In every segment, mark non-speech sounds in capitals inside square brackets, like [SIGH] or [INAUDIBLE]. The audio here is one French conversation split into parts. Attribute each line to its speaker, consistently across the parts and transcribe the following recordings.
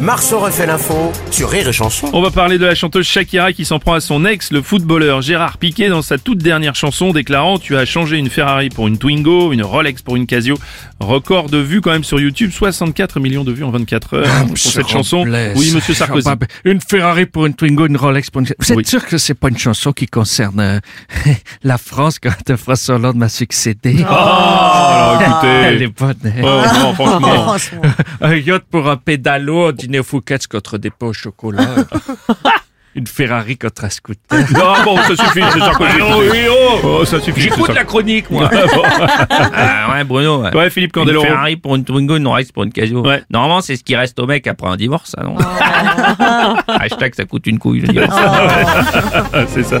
Speaker 1: Marceau refait l'info sur Rire et Chanson.
Speaker 2: On va parler de la chanteuse Shakira qui s'en prend à son ex, le footballeur Gérard Piquet, dans sa toute dernière chanson déclarant Tu as changé une Ferrari pour une Twingo, une Rolex pour une Casio. Record de vues quand même sur YouTube, 64 millions de vues en 24 heures pour cette chanson. Oui, monsieur Sarkozy.
Speaker 3: Jean Pape, Une Ferrari pour une Twingo, une Rolex pour une... Vous êtes
Speaker 2: Oui.
Speaker 3: sûr que c'est pas une chanson qui concerne euh, [LAUGHS] la France quand [LAUGHS] François Hollande m'a succédé Oh,
Speaker 2: Alors
Speaker 3: Elle est
Speaker 2: écoutez.
Speaker 3: bonne. hein.
Speaker 2: Oh, non, franchement.
Speaker 3: [LAUGHS] Un yacht pour un pédalo, un dîner fouquet's contre des pains
Speaker 2: [LAUGHS]
Speaker 3: au chocolat. une Ferrari contre un scooter.
Speaker 2: Non, bon, ça suffit, monsieur Sarkozy. Ah, Oh, ça suffit. monsieur Sarkozy. [LAUGHS]
Speaker 3: chronique, moi. ah, ouais, Bruno.
Speaker 2: Ouais, Philippe
Speaker 3: Une
Speaker 2: Candeloro.
Speaker 3: Ferrari pour une Twingo, une Rolex pour une Casio.
Speaker 2: Ouais.
Speaker 3: Normalement, c'est ce qui reste au mec après un divorce, ça, non Hashtag ça coûte une couille, je dis.
Speaker 2: Ah, C'est ça.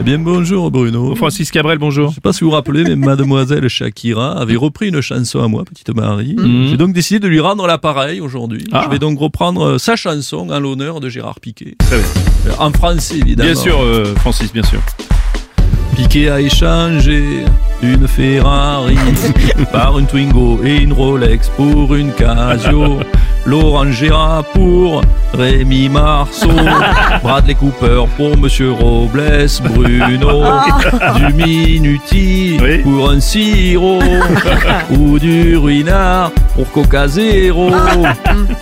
Speaker 4: Eh bien bonjour Bruno. Je
Speaker 2: Francis Cabrel, bonjour.
Speaker 4: sais pas si vous vous rappelez, mais mademoiselle Shakira avait repris une chanson à moi, petite Marie. J'ai donc décidé de lui rendre l'appareil aujourd'hui.
Speaker 2: Mm. Ah.
Speaker 4: Je vais donc reprendre euh, sa chanson en l'honneur de Gérard Piquet.
Speaker 2: Très bien.
Speaker 4: Euh, En français évidemment.
Speaker 2: Bien sûr, euh, Francis, bien sûr.
Speaker 4: Piquet a échangé une Ferrari par une Twingo et une Rolex pour une Casio. Laurent Gérard pour Rémi Marceau, Bradley Cooper pour Monsieur Robles, Bruno, du Minuti
Speaker 2: Oui.
Speaker 4: pour un sirop, ou du Ruinard pour Coca Zéro,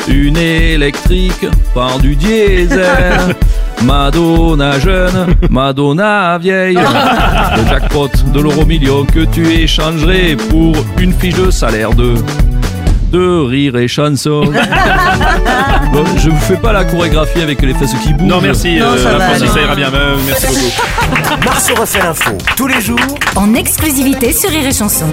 Speaker 4: une électrique par du diesel, Madonna jeune, Madonna vieille, le jackpot de l'euro million que tu échangerais pour une fiche de salaire de de rire et chanson. Bon, je vous fais pas la chorégraphie avec les fesses qui bougent.
Speaker 2: Non, merci, euh, Francis, ça ira bien. euh, Merci beaucoup.
Speaker 1: Marceau refait l'info tous les jours
Speaker 5: en exclusivité sur Rire et Chanson.